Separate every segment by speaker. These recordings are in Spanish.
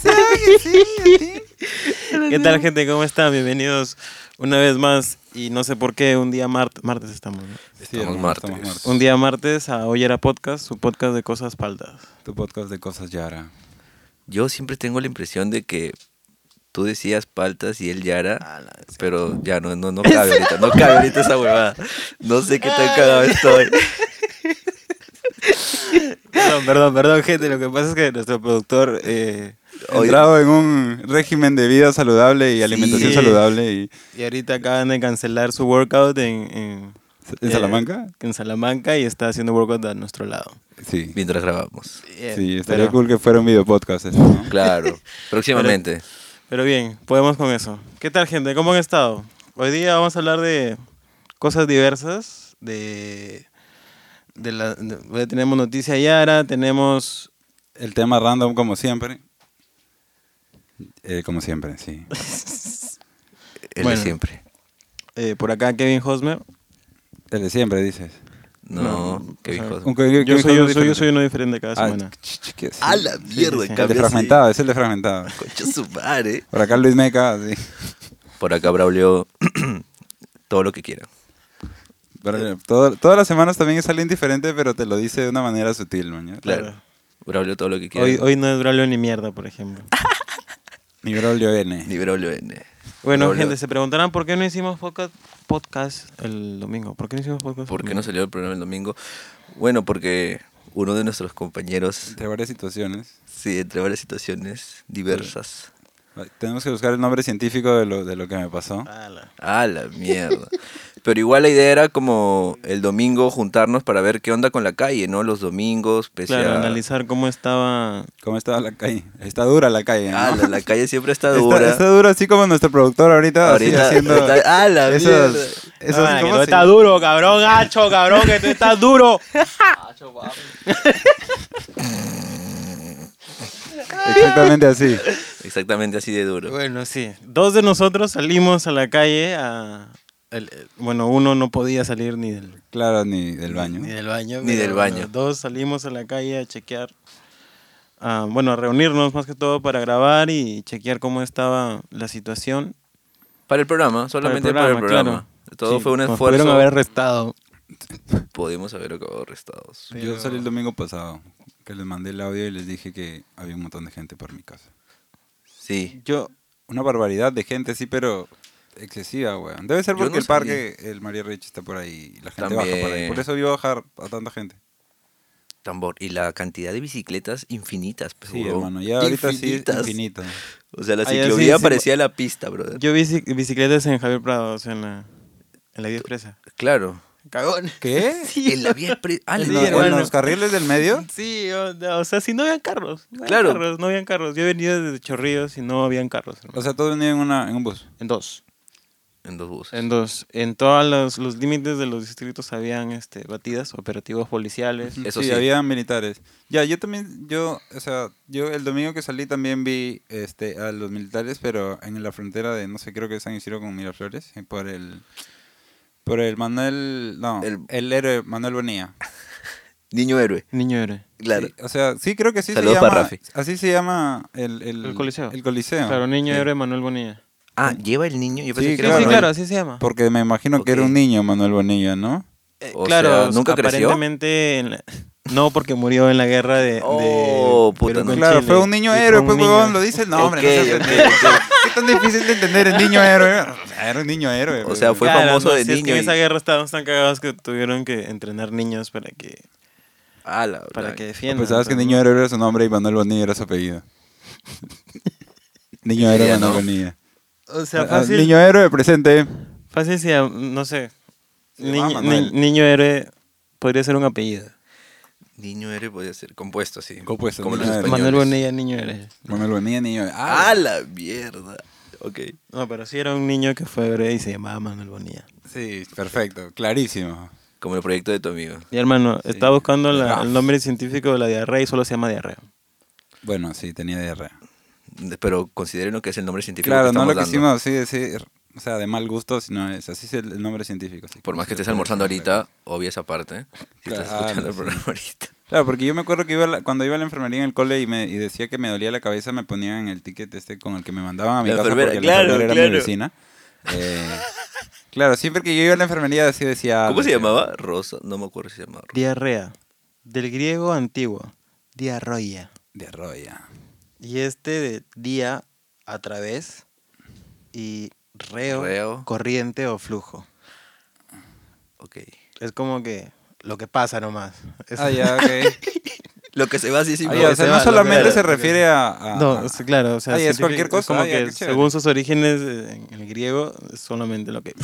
Speaker 1: sí, a ti.
Speaker 2: ¿Qué tal, gente? ¿Cómo están? Bienvenidos una vez más. Y no sé por qué, un día mart- martes estamos. ¿no?
Speaker 1: Sí,
Speaker 3: Estamos
Speaker 1: hermano, estamos
Speaker 3: martes.
Speaker 2: Un día martes a Hoy Era Podcast, su podcast de cosas paldas.
Speaker 1: Tu podcast de cosas Yara.
Speaker 3: Yo siempre tengo la impresión de que tú decías paltas y él yara, pero ya no, no, no cabe ahorita, no cabe ahorita esa huevada. No sé qué tan cagado estoy.
Speaker 2: Perdón, perdón, perdón, gente. Lo que pasa es que nuestro productor. eh,
Speaker 3: Hoy-
Speaker 1: Entrado en un régimen de vida saludable y alimentación
Speaker 2: Sí.
Speaker 1: saludable y
Speaker 2: y ahorita acaban de cancelar su workout en. en,
Speaker 1: en
Speaker 2: eh,
Speaker 1: Salamanca.
Speaker 2: En Salamanca y está haciendo workout a nuestro lado.
Speaker 1: Sí.
Speaker 3: Mientras grabamos.
Speaker 1: Sí,
Speaker 2: Eh,
Speaker 1: estaría
Speaker 2: pero-
Speaker 1: cool que fuera un video podcast este, ¿no?
Speaker 3: Claro, próximamente.
Speaker 2: Pero bien, podemos con eso. ¿Qué tal, gente? ¿Cómo han estado? Hoy día vamos a hablar de cosas diversas. De. de la, de- pues, tenemos Noticia Yara, tenemos.
Speaker 1: El tema random como siempre. Eh, como siempre, sí.
Speaker 3: El
Speaker 2: Bueno.
Speaker 3: de siempre.
Speaker 2: eh, por acá Kevin Hosmer.
Speaker 1: El de siempre, dices.
Speaker 3: No, qué
Speaker 2: o sea,
Speaker 3: viejos.
Speaker 1: Aunque yo-
Speaker 2: Yo
Speaker 1: yo
Speaker 2: soy, yo, soy,
Speaker 1: diferente.
Speaker 2: yo soy uno diferente cada
Speaker 1: Ah,
Speaker 2: semana.
Speaker 1: ch- ch- ¿qué es?
Speaker 3: A la mierda,
Speaker 2: sí.
Speaker 3: en
Speaker 1: El de
Speaker 3: cambio.
Speaker 1: fragmentado, es el de fragmentado.
Speaker 3: sí. Concha su madre.
Speaker 1: Por acá Luis Meca, sí.
Speaker 3: Por acá Braulio, todo lo que quiera.
Speaker 1: Pero, eh, todo- todas las semanas también es alguien diferente, pero te lo dice de una manera sutil, mañana.
Speaker 3: Claro.
Speaker 2: Claro.
Speaker 3: Braulio, todo lo que quiera.
Speaker 2: Hoy, hoy no es Braulio ni mierda, por ejemplo.
Speaker 1: Mi Braulio N.
Speaker 3: Ni Braulio N.
Speaker 2: Bueno,
Speaker 3: Braulio,
Speaker 2: gente, se preguntarán por qué no hicimos podcast, podcast el domingo. ¿Por qué no hicimos podcast? el
Speaker 3: ¿Por qué no
Speaker 2: domingo?
Speaker 3: salió el programa el domingo? Bueno, porque uno de nuestros compañeros
Speaker 1: Entre varias situaciones.
Speaker 3: Sí, entre varias situaciones diversas.
Speaker 1: Tenemos que buscar el nombre científico de lo, de lo que me pasó.
Speaker 3: Ah.
Speaker 2: Ala.
Speaker 3: A la mierda. Pero igual la idea era como el domingo juntarnos para ver qué onda con la calle, ¿no? Los domingos, pese
Speaker 2: Claro,
Speaker 3: a...
Speaker 2: analizar cómo estaba.
Speaker 1: ¿Cómo estaba la calle? Está dura la calle, ¿no?
Speaker 3: Ah, la, la calle siempre está
Speaker 1: Está-
Speaker 3: dura.
Speaker 1: Está, dura, así como nuestro productor ahorita, así
Speaker 3: Ahorita
Speaker 1: haciendo
Speaker 3: está- ¡Ah, la mierda!
Speaker 1: esos, esos-
Speaker 2: Ah, que
Speaker 1: ¿cómo
Speaker 2: tú
Speaker 1: se-
Speaker 2: estás duro, cabrón, gacho, cabrón, que tú estás duro.
Speaker 1: Exactamente así.
Speaker 3: Exactamente así de duro.
Speaker 2: Bueno, sí. Dos de nosotros salimos a la calle a. el- el- bueno, uno no podía salir ni del,
Speaker 1: Claro, ni del baño.
Speaker 2: Ni del baño.
Speaker 3: Ni
Speaker 2: pero
Speaker 3: del baño.
Speaker 2: los dos salimos a la calle a chequear, ah, bueno, a reunirnos más que todo para grabar y chequear cómo estaba la situación.
Speaker 3: Para el programa, solamente para el programa. Todo
Speaker 2: Sí,
Speaker 3: fue un
Speaker 2: nos
Speaker 3: esfuerzo.
Speaker 2: Pudieron haber arrestado.
Speaker 3: Pudimos haber acabado arrestados.
Speaker 1: Yo salí el domingo pasado, que les mandé el audio y les dije que había un montón de gente por mi casa.
Speaker 3: Sí.
Speaker 1: Yo, una barbaridad de gente, sí, pero excesiva, weón. Debe ser
Speaker 3: Yo
Speaker 1: porque
Speaker 3: no
Speaker 1: el parque, el María Rich está por ahí, y la gente baja por ahí.
Speaker 3: También.
Speaker 1: Por eso vio bajar a tanta gente.
Speaker 3: Tambor. Y la cantidad de bicicletas infinitas, pues,
Speaker 1: Sí,
Speaker 3: bro.
Speaker 1: hermano, ya ahorita sí es
Speaker 3: Infinitas.
Speaker 1: infinito.
Speaker 3: O sea, la
Speaker 2: Ah, ya, sí,
Speaker 3: ciclovía
Speaker 2: sí.
Speaker 3: parecía la pista, brother.
Speaker 2: Yo vi bici- bicicletas en Javier Prado, o sea, en la, en la vía expresa.
Speaker 3: Claro.
Speaker 2: Cagón.
Speaker 1: ¿Qué?
Speaker 3: En la vía expre- Ah, la
Speaker 1: ¿En,
Speaker 2: Sí,
Speaker 1: lo-
Speaker 3: mierda.
Speaker 1: en
Speaker 2: hermano.
Speaker 1: los carriles del medio?
Speaker 2: Sí, o, o sea, si no habían carros. No habían
Speaker 3: Claro.
Speaker 2: Carros, no habían carros. Yo he venido desde Chorrillos y no habían carros. hermano.
Speaker 1: O sea, todos venían en, una, en un bus.
Speaker 2: En dos.
Speaker 3: En dos buses.
Speaker 2: En dos. En todos los, los límites de los distritos habían este, batidas, operativos policiales.
Speaker 3: Eso
Speaker 1: sí,
Speaker 3: sí.
Speaker 1: había militares. Ya, yo también, yo, o sea, yo el domingo que salí también vi este, a los militares, pero en la frontera de, no sé, creo que San Isidro con Miraflores, eh, por el, por el Manuel, no, el,
Speaker 3: El-
Speaker 1: héroe Manuel Bonilla.
Speaker 3: Niño héroe.
Speaker 2: Niño héroe.
Speaker 3: Claro.
Speaker 1: Sí, o sea, sí, creo que sí se
Speaker 3: Saludos
Speaker 1: llama,
Speaker 3: para Rafi.
Speaker 1: así se llama el, el,
Speaker 2: El Coliseo.
Speaker 1: El Coliseo.
Speaker 2: Claro, niño héroe Manuel Bonilla.
Speaker 3: Ah, lleva el niño. Yo pensé
Speaker 1: Sí,
Speaker 3: que
Speaker 2: Sí,
Speaker 3: era
Speaker 1: claro.
Speaker 2: sí,
Speaker 3: Manuel.
Speaker 2: claro, así se llama.
Speaker 1: Porque me imagino que era
Speaker 3: Ok.
Speaker 1: un niño Manuel Bonilla, ¿no?
Speaker 2: Eh,
Speaker 3: O
Speaker 2: claro,
Speaker 3: sea, ¿nunca creció?
Speaker 2: aparentemente en la- no porque murió en la guerra de, de
Speaker 3: Oh, puta,
Speaker 2: Perú
Speaker 3: no.
Speaker 2: con
Speaker 1: Claro,
Speaker 2: Chile.
Speaker 1: fue un niño
Speaker 2: Y
Speaker 1: héroe,
Speaker 2: fue
Speaker 1: pues
Speaker 2: un niño.
Speaker 1: huevón, lo dice el nombre.
Speaker 3: Ok,
Speaker 1: no seas
Speaker 3: ok,
Speaker 1: pendejo. ¿Qué tan difícil de entender el niño héroe? Era un niño héroe.
Speaker 3: O sea,
Speaker 1: pues.
Speaker 3: fue famoso de
Speaker 2: si es que
Speaker 3: niño
Speaker 2: en
Speaker 3: y-
Speaker 2: esa guerra estaban tan cagados que tuvieron que entrenar niños para que,
Speaker 3: Ah, la
Speaker 2: para
Speaker 3: verdad.
Speaker 2: que defiendan.
Speaker 1: Pensabas que
Speaker 2: pues,
Speaker 1: niño
Speaker 2: ¿no?
Speaker 1: héroe era su nombre y Manuel Bonilla era su apellido. niño héroe
Speaker 3: Ya
Speaker 1: Manuel
Speaker 3: no.
Speaker 1: Bonilla.
Speaker 2: O sea,
Speaker 1: Ah,
Speaker 2: fácil.
Speaker 1: Niño héroe presente.
Speaker 2: Fácil si, a- no sé.
Speaker 1: Se
Speaker 2: Niño,
Speaker 1: llama Manuel.
Speaker 2: ni- niño héroe podría ser un apellido.
Speaker 3: Niño héroe podía ser compuesto, sí.
Speaker 1: Compuesto, Ah,
Speaker 3: Como
Speaker 1: niño
Speaker 3: los
Speaker 1: héroe.
Speaker 3: españoles.
Speaker 2: Ah, Manuel Bonilla, niño héroe.
Speaker 1: Manuel Bonilla, niño héroe.
Speaker 3: Ah,
Speaker 1: Ah,
Speaker 3: la mierda. Ok.
Speaker 2: No, pero sí era un niño que fue héroe y se llamaba Manuel Bonilla.
Speaker 1: sí, perfecto, clarísimo.
Speaker 3: Como el proyecto de tu amigo.
Speaker 2: Y hermano, estaba buscando la-
Speaker 1: Raf.
Speaker 2: el nombre científico de la diarrea y solo se llama diarrea.
Speaker 1: Bueno, sí, tenía diarrea.
Speaker 3: Pero consideren lo que es el nombre científico.
Speaker 1: Claro,
Speaker 3: que
Speaker 1: no lo
Speaker 3: estamos
Speaker 1: quisimos así decir, o sea, de mal gusto, sino es así es el el nombre científico. sí.
Speaker 3: dando. Por más que
Speaker 1: Sí,
Speaker 3: estés
Speaker 1: lo
Speaker 3: almorzando
Speaker 1: puedes decir.
Speaker 3: ahorita, obvia esa parte. Si estás
Speaker 1: Claro,
Speaker 3: escuchando el
Speaker 1: sí.
Speaker 3: programa ahorita.
Speaker 1: Claro, porque yo me acuerdo que iba a la- cuando iba a la enfermería en el cole y, me, y decía que me dolía la cabeza, me ponían en el ticket este con el que me mandaban a mi
Speaker 3: La
Speaker 1: casa
Speaker 3: enfermera,
Speaker 1: porque
Speaker 3: claro,
Speaker 1: la enfermera era
Speaker 3: claro.
Speaker 1: mi vecina. Eh, claro, siempre que yo iba a la enfermería así decía...
Speaker 3: ¿Cómo se
Speaker 1: decía,
Speaker 3: llamaba? Rosa. No me acuerdo si se llamaba. Rosa.
Speaker 2: Diarrea. Del griego antiguo. Diarroia.
Speaker 1: De arroya.
Speaker 2: Y este de día a través y reo,
Speaker 3: Reo.
Speaker 2: corriente o flujo.
Speaker 3: Ok.
Speaker 2: Es como que lo que pasa nomás. Es-
Speaker 1: Ah, ya, ok.
Speaker 3: Lo que se va así
Speaker 1: Ah,
Speaker 3: siempre.
Speaker 1: ya, o
Speaker 2: se
Speaker 1: sea,
Speaker 2: va,
Speaker 1: no
Speaker 2: lo
Speaker 1: solamente
Speaker 2: que-
Speaker 1: se refiere a... a-
Speaker 2: No,
Speaker 1: a-
Speaker 2: es- claro, o sea,
Speaker 1: Ah, ya, es
Speaker 2: científic-
Speaker 1: cualquier cosa,
Speaker 2: como
Speaker 1: ah, ya,
Speaker 2: que
Speaker 1: qué chévere.
Speaker 2: según sus orígenes eh, en el griego, es solamente lo que.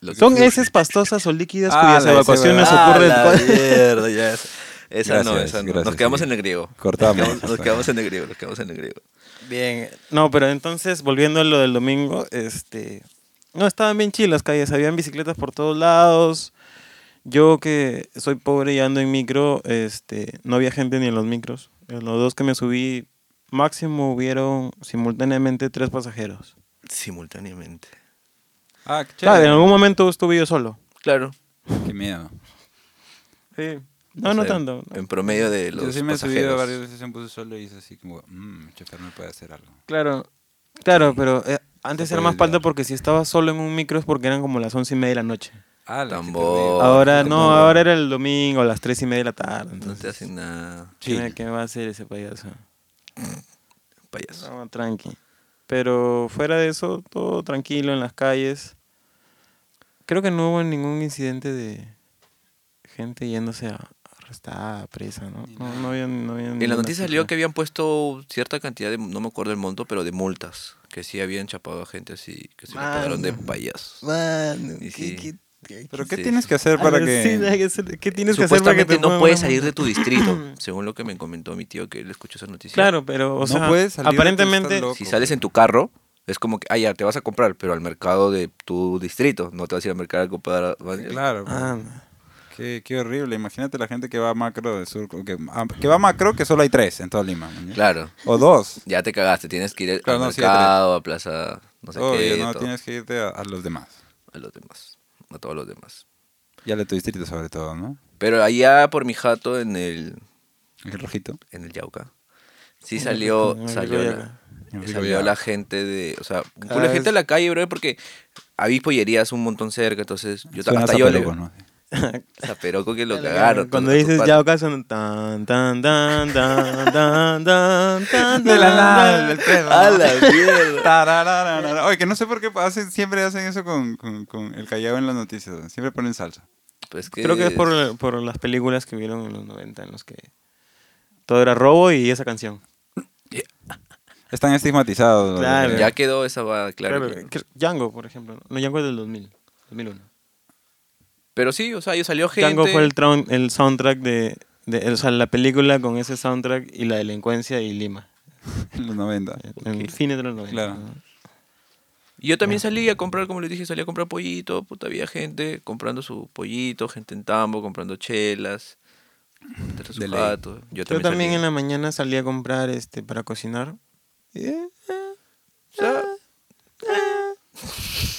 Speaker 3: Lo que-
Speaker 2: Son heces pastosas o líquidas
Speaker 1: Ah,
Speaker 2: cuyas
Speaker 1: la
Speaker 2: evacuaciones
Speaker 1: S,
Speaker 3: Ah,
Speaker 2: ocurren.
Speaker 3: la mierda, ya. Esa no,
Speaker 1: Gracias,
Speaker 3: esa no.
Speaker 1: gracias,
Speaker 3: nos quedamos
Speaker 1: sí.
Speaker 3: en el griego.
Speaker 1: Cortamos,
Speaker 3: Nos quedamos, nos
Speaker 1: hasta
Speaker 3: quedamos en el griego, nos quedamos en el griego.
Speaker 2: Bien, no, pero entonces, volviendo a lo del domingo, este. No, estaban bien chill las calles, habían bicicletas por todos lados. Yo que soy pobre y ando en micro, este, no había gente ni en los micros. En los dos que me subí, máximo hubieron simultáneamente tres pasajeros.
Speaker 3: Simultáneamente.
Speaker 1: Ah, qué
Speaker 2: Claro,
Speaker 1: chévere.
Speaker 2: en algún momento estuve yo solo.
Speaker 3: Claro.
Speaker 1: Qué miedo.
Speaker 2: Sí.
Speaker 3: O
Speaker 2: No, no
Speaker 3: sea,
Speaker 2: tanto.
Speaker 3: En promedio de los
Speaker 1: Yo sí me he subido
Speaker 3: pasajeros.
Speaker 1: varias veces en buses solo y hice así como, mmm, el chofer me puede hacer algo.
Speaker 2: Claro, claro, pero eh, antes
Speaker 1: Se
Speaker 2: era
Speaker 1: puede
Speaker 2: más palta
Speaker 1: desviar.
Speaker 2: porque si estaba solo en un micro es porque eran como las once y media de la noche.
Speaker 1: Ah, la que
Speaker 3: Tambor. Oh,
Speaker 2: ahora
Speaker 3: qué
Speaker 2: no,
Speaker 3: bueno.
Speaker 2: ahora era el domingo a las tres y media de la tarde.
Speaker 3: No te
Speaker 2: Entonces,
Speaker 3: hacen nada,
Speaker 1: te ríes.
Speaker 2: ¿qué- ¿qué va a hacer ese payaso?
Speaker 3: payaso.
Speaker 2: No, tranqui. Pero fuera de eso, todo tranquilo en las calles. Creo que no hubo ningún incidente de gente yéndose a arrestada, presa, ¿no? No, no había, no había
Speaker 3: En la
Speaker 2: ninguna
Speaker 3: noticia
Speaker 2: cifra.
Speaker 3: salió que habían puesto cierta cantidad de, no me acuerdo el monto, pero de multas. Que sí habían chapado a gente así, que se le
Speaker 1: Ah.
Speaker 3: pagaron de
Speaker 2: Mano.
Speaker 3: payasos.
Speaker 2: Mano, ¿qué-
Speaker 3: Y sí.
Speaker 2: qué- qué-
Speaker 1: Pero ¿qué
Speaker 3: Sí.
Speaker 1: tienes que hacer para
Speaker 2: Alucina,
Speaker 1: que...
Speaker 2: ¿qué se- ¿Qué tienes que hacer para que
Speaker 3: Supuestamente
Speaker 2: te
Speaker 3: no
Speaker 2: pongan
Speaker 3: puedes
Speaker 2: una
Speaker 3: salir de
Speaker 2: multa?
Speaker 3: tu distrito, según lo que me comentó mi tío que él escuchó esa noticia.
Speaker 2: Claro, pero, o
Speaker 1: No
Speaker 2: sea,
Speaker 1: puedes salir de tu
Speaker 2: aparentemente...
Speaker 1: estado loco.
Speaker 3: Si sales en tu carro, es como que, ah, ya, te vas a comprar, pero al mercado de tu distrito. No te vas a ir al mercado a comprar.
Speaker 1: Claro,
Speaker 2: Ah,
Speaker 1: Qué, qué horrible. Imagínate la gente que va a macro de sur. Que, a- que va a macro, que solo hay tres en todo Lima. ¿no?
Speaker 3: Claro.
Speaker 1: O dos.
Speaker 3: Ya te cagaste, tienes que ir
Speaker 1: Claro,
Speaker 3: al
Speaker 1: no, sí,
Speaker 3: mercado, a plaza, no sé
Speaker 1: Obvio,
Speaker 3: qué,
Speaker 1: no
Speaker 3: todo.
Speaker 1: tienes que irte a, a los demás.
Speaker 3: a los demás, a todos los demás.
Speaker 1: Y al de tu distrito, sobre todo, ¿no?
Speaker 3: Pero allá por mi jato en el
Speaker 1: El rojito.
Speaker 3: en el Yauca. Sí salió,
Speaker 2: en el
Speaker 3: salió,
Speaker 2: Yauca.
Speaker 3: la,
Speaker 1: En el
Speaker 3: salió
Speaker 1: Yauca.
Speaker 3: la gente de, o sea, un culo de
Speaker 2: Ah,
Speaker 3: gente
Speaker 2: es-
Speaker 3: a la calle, bro, porque había pollerías un montón cerca, entonces yo
Speaker 1: Suena
Speaker 3: hasta yo le
Speaker 1: zaperoco, ¿no?
Speaker 3: zaperoco que lo cagaron.
Speaker 2: Cuando
Speaker 3: todo,
Speaker 2: dices
Speaker 3: tu
Speaker 2: ya
Speaker 3: pat-
Speaker 2: ocasionó tan tan tan tan tan tan tan
Speaker 1: De la
Speaker 2: tan,
Speaker 1: nada,
Speaker 2: tan.
Speaker 1: del perro, ¿no?
Speaker 3: A la mierda.
Speaker 1: Tararararara. Oye, que no sé por qué hacen, siempre hacen eso con, con- con el callao en las noticias. ¿no? Siempre ponen salsa.
Speaker 3: Pues que
Speaker 2: Creo que es por, por las películas que vieron en los 90 en los que todo era robo y esa canción.
Speaker 1: Están estigmatizados. ¿no?
Speaker 2: Claro.
Speaker 3: ya quedó esa va claro.
Speaker 2: Claro, que- Django, por ejemplo. No, Django es del 2000, 2001.
Speaker 3: Pero sí, o sea, yo salió gente.
Speaker 2: Django fue el, tron- el soundtrack de, de- o sea, la película con ese soundtrack y la delincuencia y Lima.
Speaker 1: En los 90.
Speaker 2: En fines de los 90.
Speaker 1: Claro.
Speaker 2: ¿no?
Speaker 3: Y Yo
Speaker 2: Ah.
Speaker 3: también salí a comprar, como les dije, salí a comprar pollito, puta, había gente comprando su pollito, gente en tambo, comprando chelas, comprando su
Speaker 1: De ley.
Speaker 3: gato. Yo
Speaker 2: Yo
Speaker 3: también,
Speaker 2: también
Speaker 3: salí.
Speaker 2: en la mañana salí a comprar este para cocinar. Eh, eh,
Speaker 3: O sea,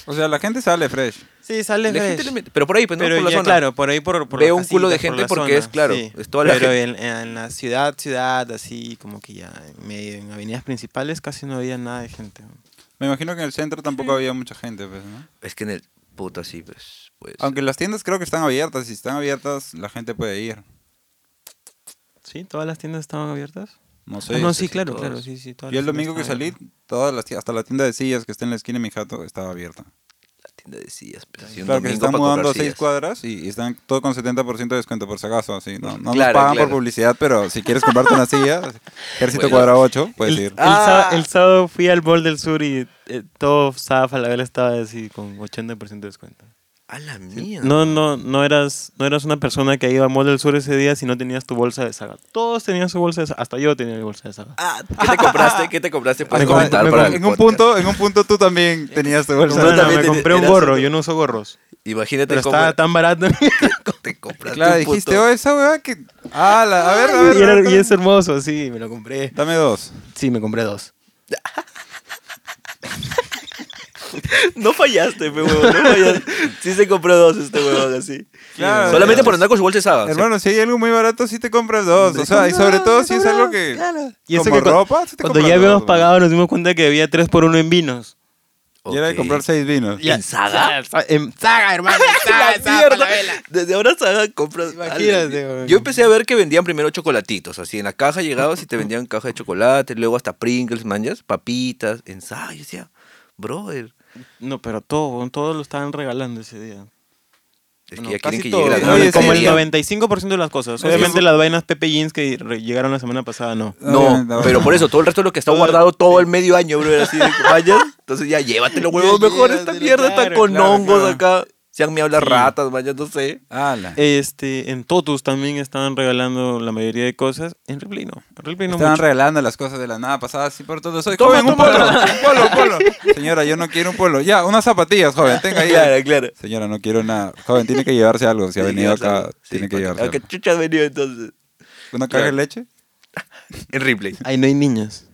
Speaker 1: O sea, la gente sale fresh.
Speaker 2: Sí, sale
Speaker 3: la gente
Speaker 2: fresh.
Speaker 3: le mete- pero por ahí, pues, no
Speaker 2: pero
Speaker 3: por la
Speaker 2: ya,
Speaker 3: zona.
Speaker 2: claro, por ahí por, por
Speaker 3: Veo
Speaker 2: las
Speaker 3: un culo de
Speaker 2: casitas,
Speaker 3: gente
Speaker 2: por la
Speaker 3: porque es, claro,
Speaker 2: sí.
Speaker 3: es toda la
Speaker 2: Pero
Speaker 3: gente.
Speaker 2: En, en la ciudad, ciudad, así como que ya en medio, en avenidas principales casi no había nada de gente.
Speaker 1: Me imagino que en el centro tampoco había mucha gente, pues, ¿no?
Speaker 3: Es que en el puta sí, pues, pues.
Speaker 1: Aunque las tiendas creo que están abiertas. Si están abiertas, la gente puede ir.
Speaker 2: Sí, todas las tiendas estaban abiertas.
Speaker 1: No
Speaker 2: Ah,
Speaker 1: sé.
Speaker 2: no, sí,
Speaker 3: sí,
Speaker 2: claro,
Speaker 3: todas.
Speaker 2: claro, sí, sí. todas
Speaker 1: Yo el
Speaker 2: las
Speaker 1: domingo que
Speaker 2: tiendas
Speaker 1: salí,
Speaker 2: estaban
Speaker 1: todas las tie- hasta la tienda de sillas que está en la esquina de mi jato estaba abierta.
Speaker 3: la tienda de sillas, pero así un
Speaker 1: Claro que se
Speaker 3: domingo
Speaker 1: están
Speaker 3: para comprar
Speaker 1: mudando a seis
Speaker 3: sillas.
Speaker 1: cuadras y, y están todo con 70% de descuento por si acaso. Así. No, no nos
Speaker 3: Claro,
Speaker 1: pagan
Speaker 3: claro.
Speaker 1: por publicidad, pero si quieres comprarte una silla, ejército
Speaker 3: Bueno. Ah,
Speaker 1: cuadra 8, puedes
Speaker 2: abiertas. El,
Speaker 1: ir.
Speaker 2: el sá-
Speaker 1: "Ah".
Speaker 2: el sábado fui al Bol del Sur y eh, todo Saba Falabella estaba así con 80% de descuento.
Speaker 3: A la mía.
Speaker 2: No, no, no eras, no eras una persona que iba a Mall del Sur ese día si no tenías tu bolsa de saga. Todos tenían su bolsa de saga. Hasta yo tenía mi bolsa de saga.
Speaker 3: Ah, ¿qué te compraste? ¿Qué te compraste? Puedes
Speaker 2: Me com-
Speaker 3: comentar
Speaker 2: me
Speaker 3: para
Speaker 2: com-
Speaker 3: el
Speaker 1: en, un
Speaker 3: podcast.
Speaker 1: punto, en un punto tú también tenías tu bolsa.
Speaker 2: Bueno,
Speaker 3: Pero también
Speaker 2: me
Speaker 3: tenía-
Speaker 2: compré un
Speaker 3: eras
Speaker 2: gorro,
Speaker 3: otro-
Speaker 2: yo no uso gorros.
Speaker 3: Imagínate
Speaker 2: Pero
Speaker 3: cómo
Speaker 2: estaba tan barato.
Speaker 3: te compraste
Speaker 1: Claro,
Speaker 3: un
Speaker 1: dijiste,
Speaker 3: punto.
Speaker 1: oh, esa weá que... Ah, la- a ver, a ver.
Speaker 2: y,
Speaker 1: a
Speaker 2: era-
Speaker 1: ver,
Speaker 2: y es hermoso, sí, me lo compré.
Speaker 1: Dame dos.
Speaker 2: Sí, me compré dos.
Speaker 3: No fallaste, pe, huevón. No fallaste. Sí se compró dos este huevón así.
Speaker 1: Claro,
Speaker 3: Solamente
Speaker 1: claro.
Speaker 3: por andar con su bolsa de Saba.
Speaker 1: Hermano, si hay algo muy barato, sí te compras dos. O sea, y sobre todo si es algo que.
Speaker 2: Y eso
Speaker 1: como
Speaker 2: que cu-
Speaker 1: ropa, sí te
Speaker 2: Cuando
Speaker 1: compras
Speaker 2: ya habíamos
Speaker 1: dos,
Speaker 2: pagado nos dimos cuenta que había 3 por 1 en vinos.
Speaker 1: Y era de comprar seis vinos.
Speaker 3: Ya. ¿En Saga?
Speaker 2: En Saga, hermano. en Saga, en
Speaker 3: La
Speaker 2: Saga, para
Speaker 3: mierda.
Speaker 2: la vela.
Speaker 3: Desde ahora Saga compras.
Speaker 2: Imagínate, huevón.
Speaker 3: Yo empecé a ver que vendían primero chocolatitos. Así en la caja llegabas y te vendían caja de chocolate, luego hasta Pringles, manjas, papitas, ensayo. Yo decía, brother.
Speaker 2: No, pero todo, todos lo estaban regalando ese día.
Speaker 3: Es
Speaker 2: Bueno,
Speaker 3: que ya
Speaker 2: casi
Speaker 3: quieren que
Speaker 2: todo,
Speaker 3: llegue la
Speaker 2: ¿no?
Speaker 1: ¿no? Oye,
Speaker 2: como
Speaker 1: sí,
Speaker 2: el
Speaker 1: ya.
Speaker 2: 95% de las cosas.
Speaker 1: Así
Speaker 2: Obviamente
Speaker 1: es.
Speaker 2: las vainas Pepe Jeans que re- llegaron la semana pasada, no.
Speaker 3: No,
Speaker 1: Obviamente,
Speaker 3: pero
Speaker 1: obviamente.
Speaker 3: por eso, todo el resto de lo que está
Speaker 2: Todo-
Speaker 3: guardado todo el medio año, bro, así de vayas. Entonces ya llévatelo, huevón.
Speaker 2: Ya
Speaker 3: Mejor esta
Speaker 2: llévatelo,
Speaker 3: mierda está
Speaker 2: claro,
Speaker 3: con
Speaker 1: claro,
Speaker 3: hongos
Speaker 1: claro.
Speaker 3: acá. Se han meado las ratas, vaya, no sé.
Speaker 1: Ala.
Speaker 2: Este, en Totus también estaban regalando la mayoría de cosas. En Ripley no. En Ripley no
Speaker 1: Estaban
Speaker 2: mucho.
Speaker 1: regalando las cosas de la nada pasada así por todo. Soy
Speaker 3: Toma,
Speaker 1: joven, un
Speaker 3: toma,
Speaker 1: polo,
Speaker 3: toma.
Speaker 1: un polo, un polo. Señora, yo no quiero un polo. Ya, unas zapatillas, joven, tenga ahí.
Speaker 3: Claro, claro.
Speaker 1: Señora, no quiero nada. Joven, tiene que llevarse algo. Si ha
Speaker 3: Sí,
Speaker 1: venido
Speaker 3: llevarse
Speaker 1: acá,
Speaker 3: algo. Sí,
Speaker 1: tiene que
Speaker 3: porque-
Speaker 1: llevarse
Speaker 3: ¿A qué
Speaker 1: algo.
Speaker 3: chucha has venido entonces?
Speaker 1: ¿Una caja de
Speaker 3: Claro.
Speaker 1: leche?
Speaker 3: En Ripley.
Speaker 2: Ahí no hay niños.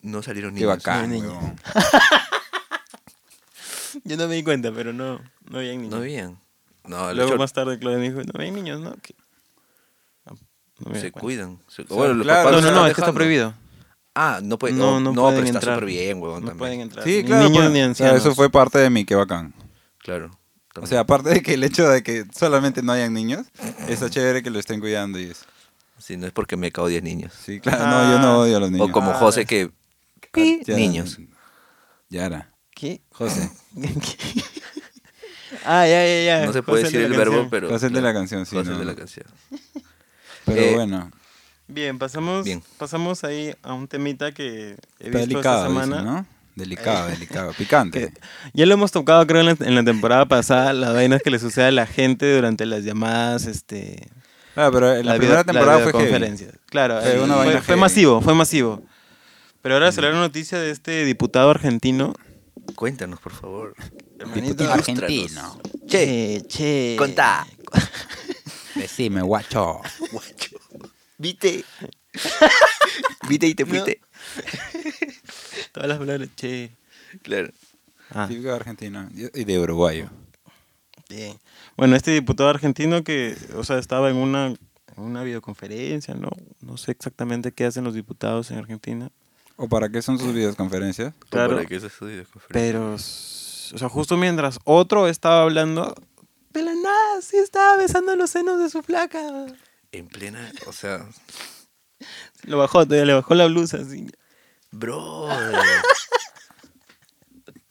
Speaker 3: No salieron
Speaker 1: Qué
Speaker 3: niños.
Speaker 1: bacán,
Speaker 2: niños.
Speaker 1: huevón.
Speaker 2: Yo no me di cuenta, pero no, no había niños.
Speaker 3: No habían. No,
Speaker 2: Luego
Speaker 3: los
Speaker 2: más tarde Claudia me dijo, no había niños, ¿no? ¿Qué? No, no me
Speaker 3: se
Speaker 2: di cuenta.
Speaker 3: cuidan. se-
Speaker 1: sea,
Speaker 3: bueno, los
Speaker 1: claro.
Speaker 3: papás
Speaker 2: No,
Speaker 3: los
Speaker 2: no, no,
Speaker 3: están
Speaker 2: es que está
Speaker 3: dejando.
Speaker 2: prohibido.
Speaker 3: Ah, no puede.
Speaker 2: No,
Speaker 3: No,
Speaker 2: no
Speaker 3: no,
Speaker 2: pueden
Speaker 3: pero está
Speaker 2: entrar.
Speaker 3: súper bien, huevón.
Speaker 2: No
Speaker 3: también.
Speaker 2: pueden entrar.
Speaker 1: Sí,
Speaker 2: ni
Speaker 1: claro.
Speaker 2: Niños
Speaker 1: pues,
Speaker 2: ni
Speaker 1: o sea,
Speaker 2: ancianos.
Speaker 1: eso fue parte de mi que bacán.
Speaker 3: Claro.
Speaker 1: O
Speaker 3: también.
Speaker 1: sea, aparte de que el hecho de que solamente no hayan niños, está chévere que lo estén cuidando y eso.
Speaker 3: sí, no es porque me cago 10 niños.
Speaker 1: Sí, claro. No, yo no odio a los niños.
Speaker 3: O como
Speaker 2: Ah,
Speaker 3: José que.
Speaker 1: Pi. Ya.
Speaker 3: Niños.
Speaker 1: Yara.
Speaker 2: ¿Qué?
Speaker 1: José.
Speaker 2: ah, ya, ya, ya.
Speaker 3: No se puede
Speaker 2: José
Speaker 3: decir
Speaker 2: de
Speaker 3: el
Speaker 2: la
Speaker 3: verbo,
Speaker 2: canción.
Speaker 3: pero.
Speaker 1: José el de la canción, sí,
Speaker 3: José el
Speaker 1: no.
Speaker 3: de la canción.
Speaker 1: Pero
Speaker 3: Eh,
Speaker 1: bueno.
Speaker 2: Bien, pasamos,
Speaker 3: Bien.
Speaker 2: pasamos ahí a un temita que he visto
Speaker 1: Está delicado,
Speaker 2: esta
Speaker 1: dicen,
Speaker 2: semana. Eh,
Speaker 1: ¿no? Delicado, delicado. Picante.
Speaker 2: Ya lo hemos tocado, creo, en la, en la temporada pasada, las vainas que le sucede a la gente durante las llamadas, este...
Speaker 1: Ah, pero en la,
Speaker 2: las
Speaker 1: primera
Speaker 2: video-
Speaker 1: temporada
Speaker 2: las
Speaker 1: fue heavy.
Speaker 2: videoconferencias. Claro,
Speaker 1: Fue
Speaker 2: eh,
Speaker 1: una
Speaker 2: fue,
Speaker 1: vaina
Speaker 2: fue
Speaker 1: heavy.
Speaker 2: masivo, fue masivo. Pero ahora salió la noticia de este diputado argentino.
Speaker 3: Cuéntanos, por favor.
Speaker 1: Diputado argentino. Eh,
Speaker 2: Che, che.
Speaker 3: Contá.
Speaker 1: Decime, guacho.
Speaker 3: Guacho. Vite. Vite y te fuiste.
Speaker 2: Todas las palabras, che.
Speaker 3: Claro.
Speaker 2: Ah.
Speaker 1: Típico de Argentina. Yo- Y de uruguayo.
Speaker 2: Bien. Bueno, este diputado argentino que, o sea, estaba en una, en una videoconferencia, ¿no? No sé exactamente qué hacen los diputados en Argentina,
Speaker 1: ¿O para qué son sus videoconferencias?
Speaker 2: Claro.
Speaker 3: Para que se estudie,
Speaker 2: pero, s- o sea, justo mientras otro estaba hablando, de la nada, sí estaba besando los senos de su flaca.
Speaker 3: En plena. O sea.
Speaker 2: Lo bajó, todavía le bajó la blusa, así.
Speaker 3: Bro.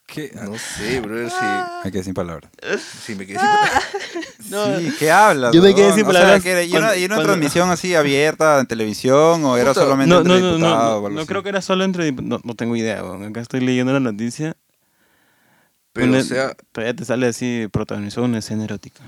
Speaker 1: ¿Qué?
Speaker 3: No sé, bro. Si,
Speaker 1: Me quedé sin palabras.
Speaker 3: si me quedé sin palabras.
Speaker 2: No. eh.
Speaker 1: Sí, ¿qué hablas?
Speaker 2: Yo me quedé
Speaker 1: huevón?
Speaker 2: sin
Speaker 1: O sea,
Speaker 2: palabras
Speaker 1: que era- ¿Y
Speaker 2: cuando-
Speaker 1: una, y una
Speaker 2: cuando-
Speaker 1: transmisión así abierta en televisión o era
Speaker 3: Puta,
Speaker 1: solamente
Speaker 2: No,
Speaker 1: entre
Speaker 2: no, no, no,
Speaker 1: diputados o
Speaker 2: no,
Speaker 1: algo
Speaker 2: no
Speaker 1: así?
Speaker 2: creo que era solo entre... dip- No, no tengo idea, weón. acá estoy leyendo la noticia.
Speaker 3: Pero,
Speaker 2: Una-
Speaker 3: o sea,
Speaker 2: Todavía te sale así, protagonizó una escena erótica.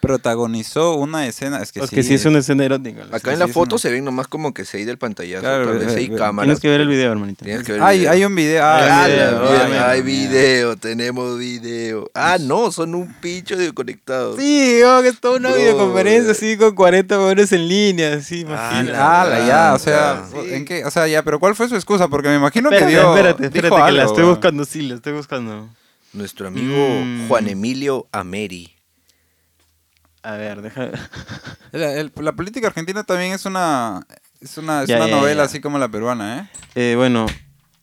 Speaker 1: Protagonizó una escena. Es que
Speaker 2: Porque
Speaker 1: sí.
Speaker 2: sí, es una escena erótica. la
Speaker 3: acá
Speaker 1: sí,
Speaker 3: en la
Speaker 1: sí, es
Speaker 3: foto
Speaker 1: una-
Speaker 3: se ven nomás como que se del pantallazo.
Speaker 1: Claro,
Speaker 3: tal vez
Speaker 1: ve-
Speaker 3: hay
Speaker 1: ve-
Speaker 3: cámaras.
Speaker 2: Tienes que ver el video, hermanito.
Speaker 3: Tienes que ver el
Speaker 1: Hay,
Speaker 3: video.
Speaker 1: hay un video.
Speaker 2: Hay
Speaker 1: Ah,
Speaker 3: Ah,
Speaker 1: hay
Speaker 2: video,
Speaker 3: la
Speaker 1: video,
Speaker 3: mierda,
Speaker 1: ah,
Speaker 3: hay
Speaker 1: mierda.
Speaker 3: video, tenemos video. Ah, no, son un pincho de conectados.
Speaker 2: Sí, weón, es toda una
Speaker 3: Bro.
Speaker 2: videoconferencia así con 40 hombres en línea, así,
Speaker 3: Ah,
Speaker 2: imagínate.
Speaker 1: Ah, la ya, o sea,
Speaker 3: Sí.
Speaker 1: ¿en qué? O sea, ya, pero ¿cuál fue su excusa? Porque me imagino
Speaker 2: espérate,
Speaker 1: que dio.
Speaker 2: espérate,
Speaker 1: dijo
Speaker 2: espérate, que la
Speaker 1: algo,
Speaker 2: estoy
Speaker 1: weón.
Speaker 2: buscando, sí, la estoy buscando.
Speaker 3: Nuestro amigo
Speaker 2: Mm.
Speaker 3: Juan Emilio Ameri.
Speaker 2: A ver, deja.
Speaker 1: La, el- la política argentina también es una es una, es
Speaker 2: Ya,
Speaker 1: una
Speaker 2: ya, ya.
Speaker 1: novela así como la peruana, ¿eh?
Speaker 2: Eh, bueno,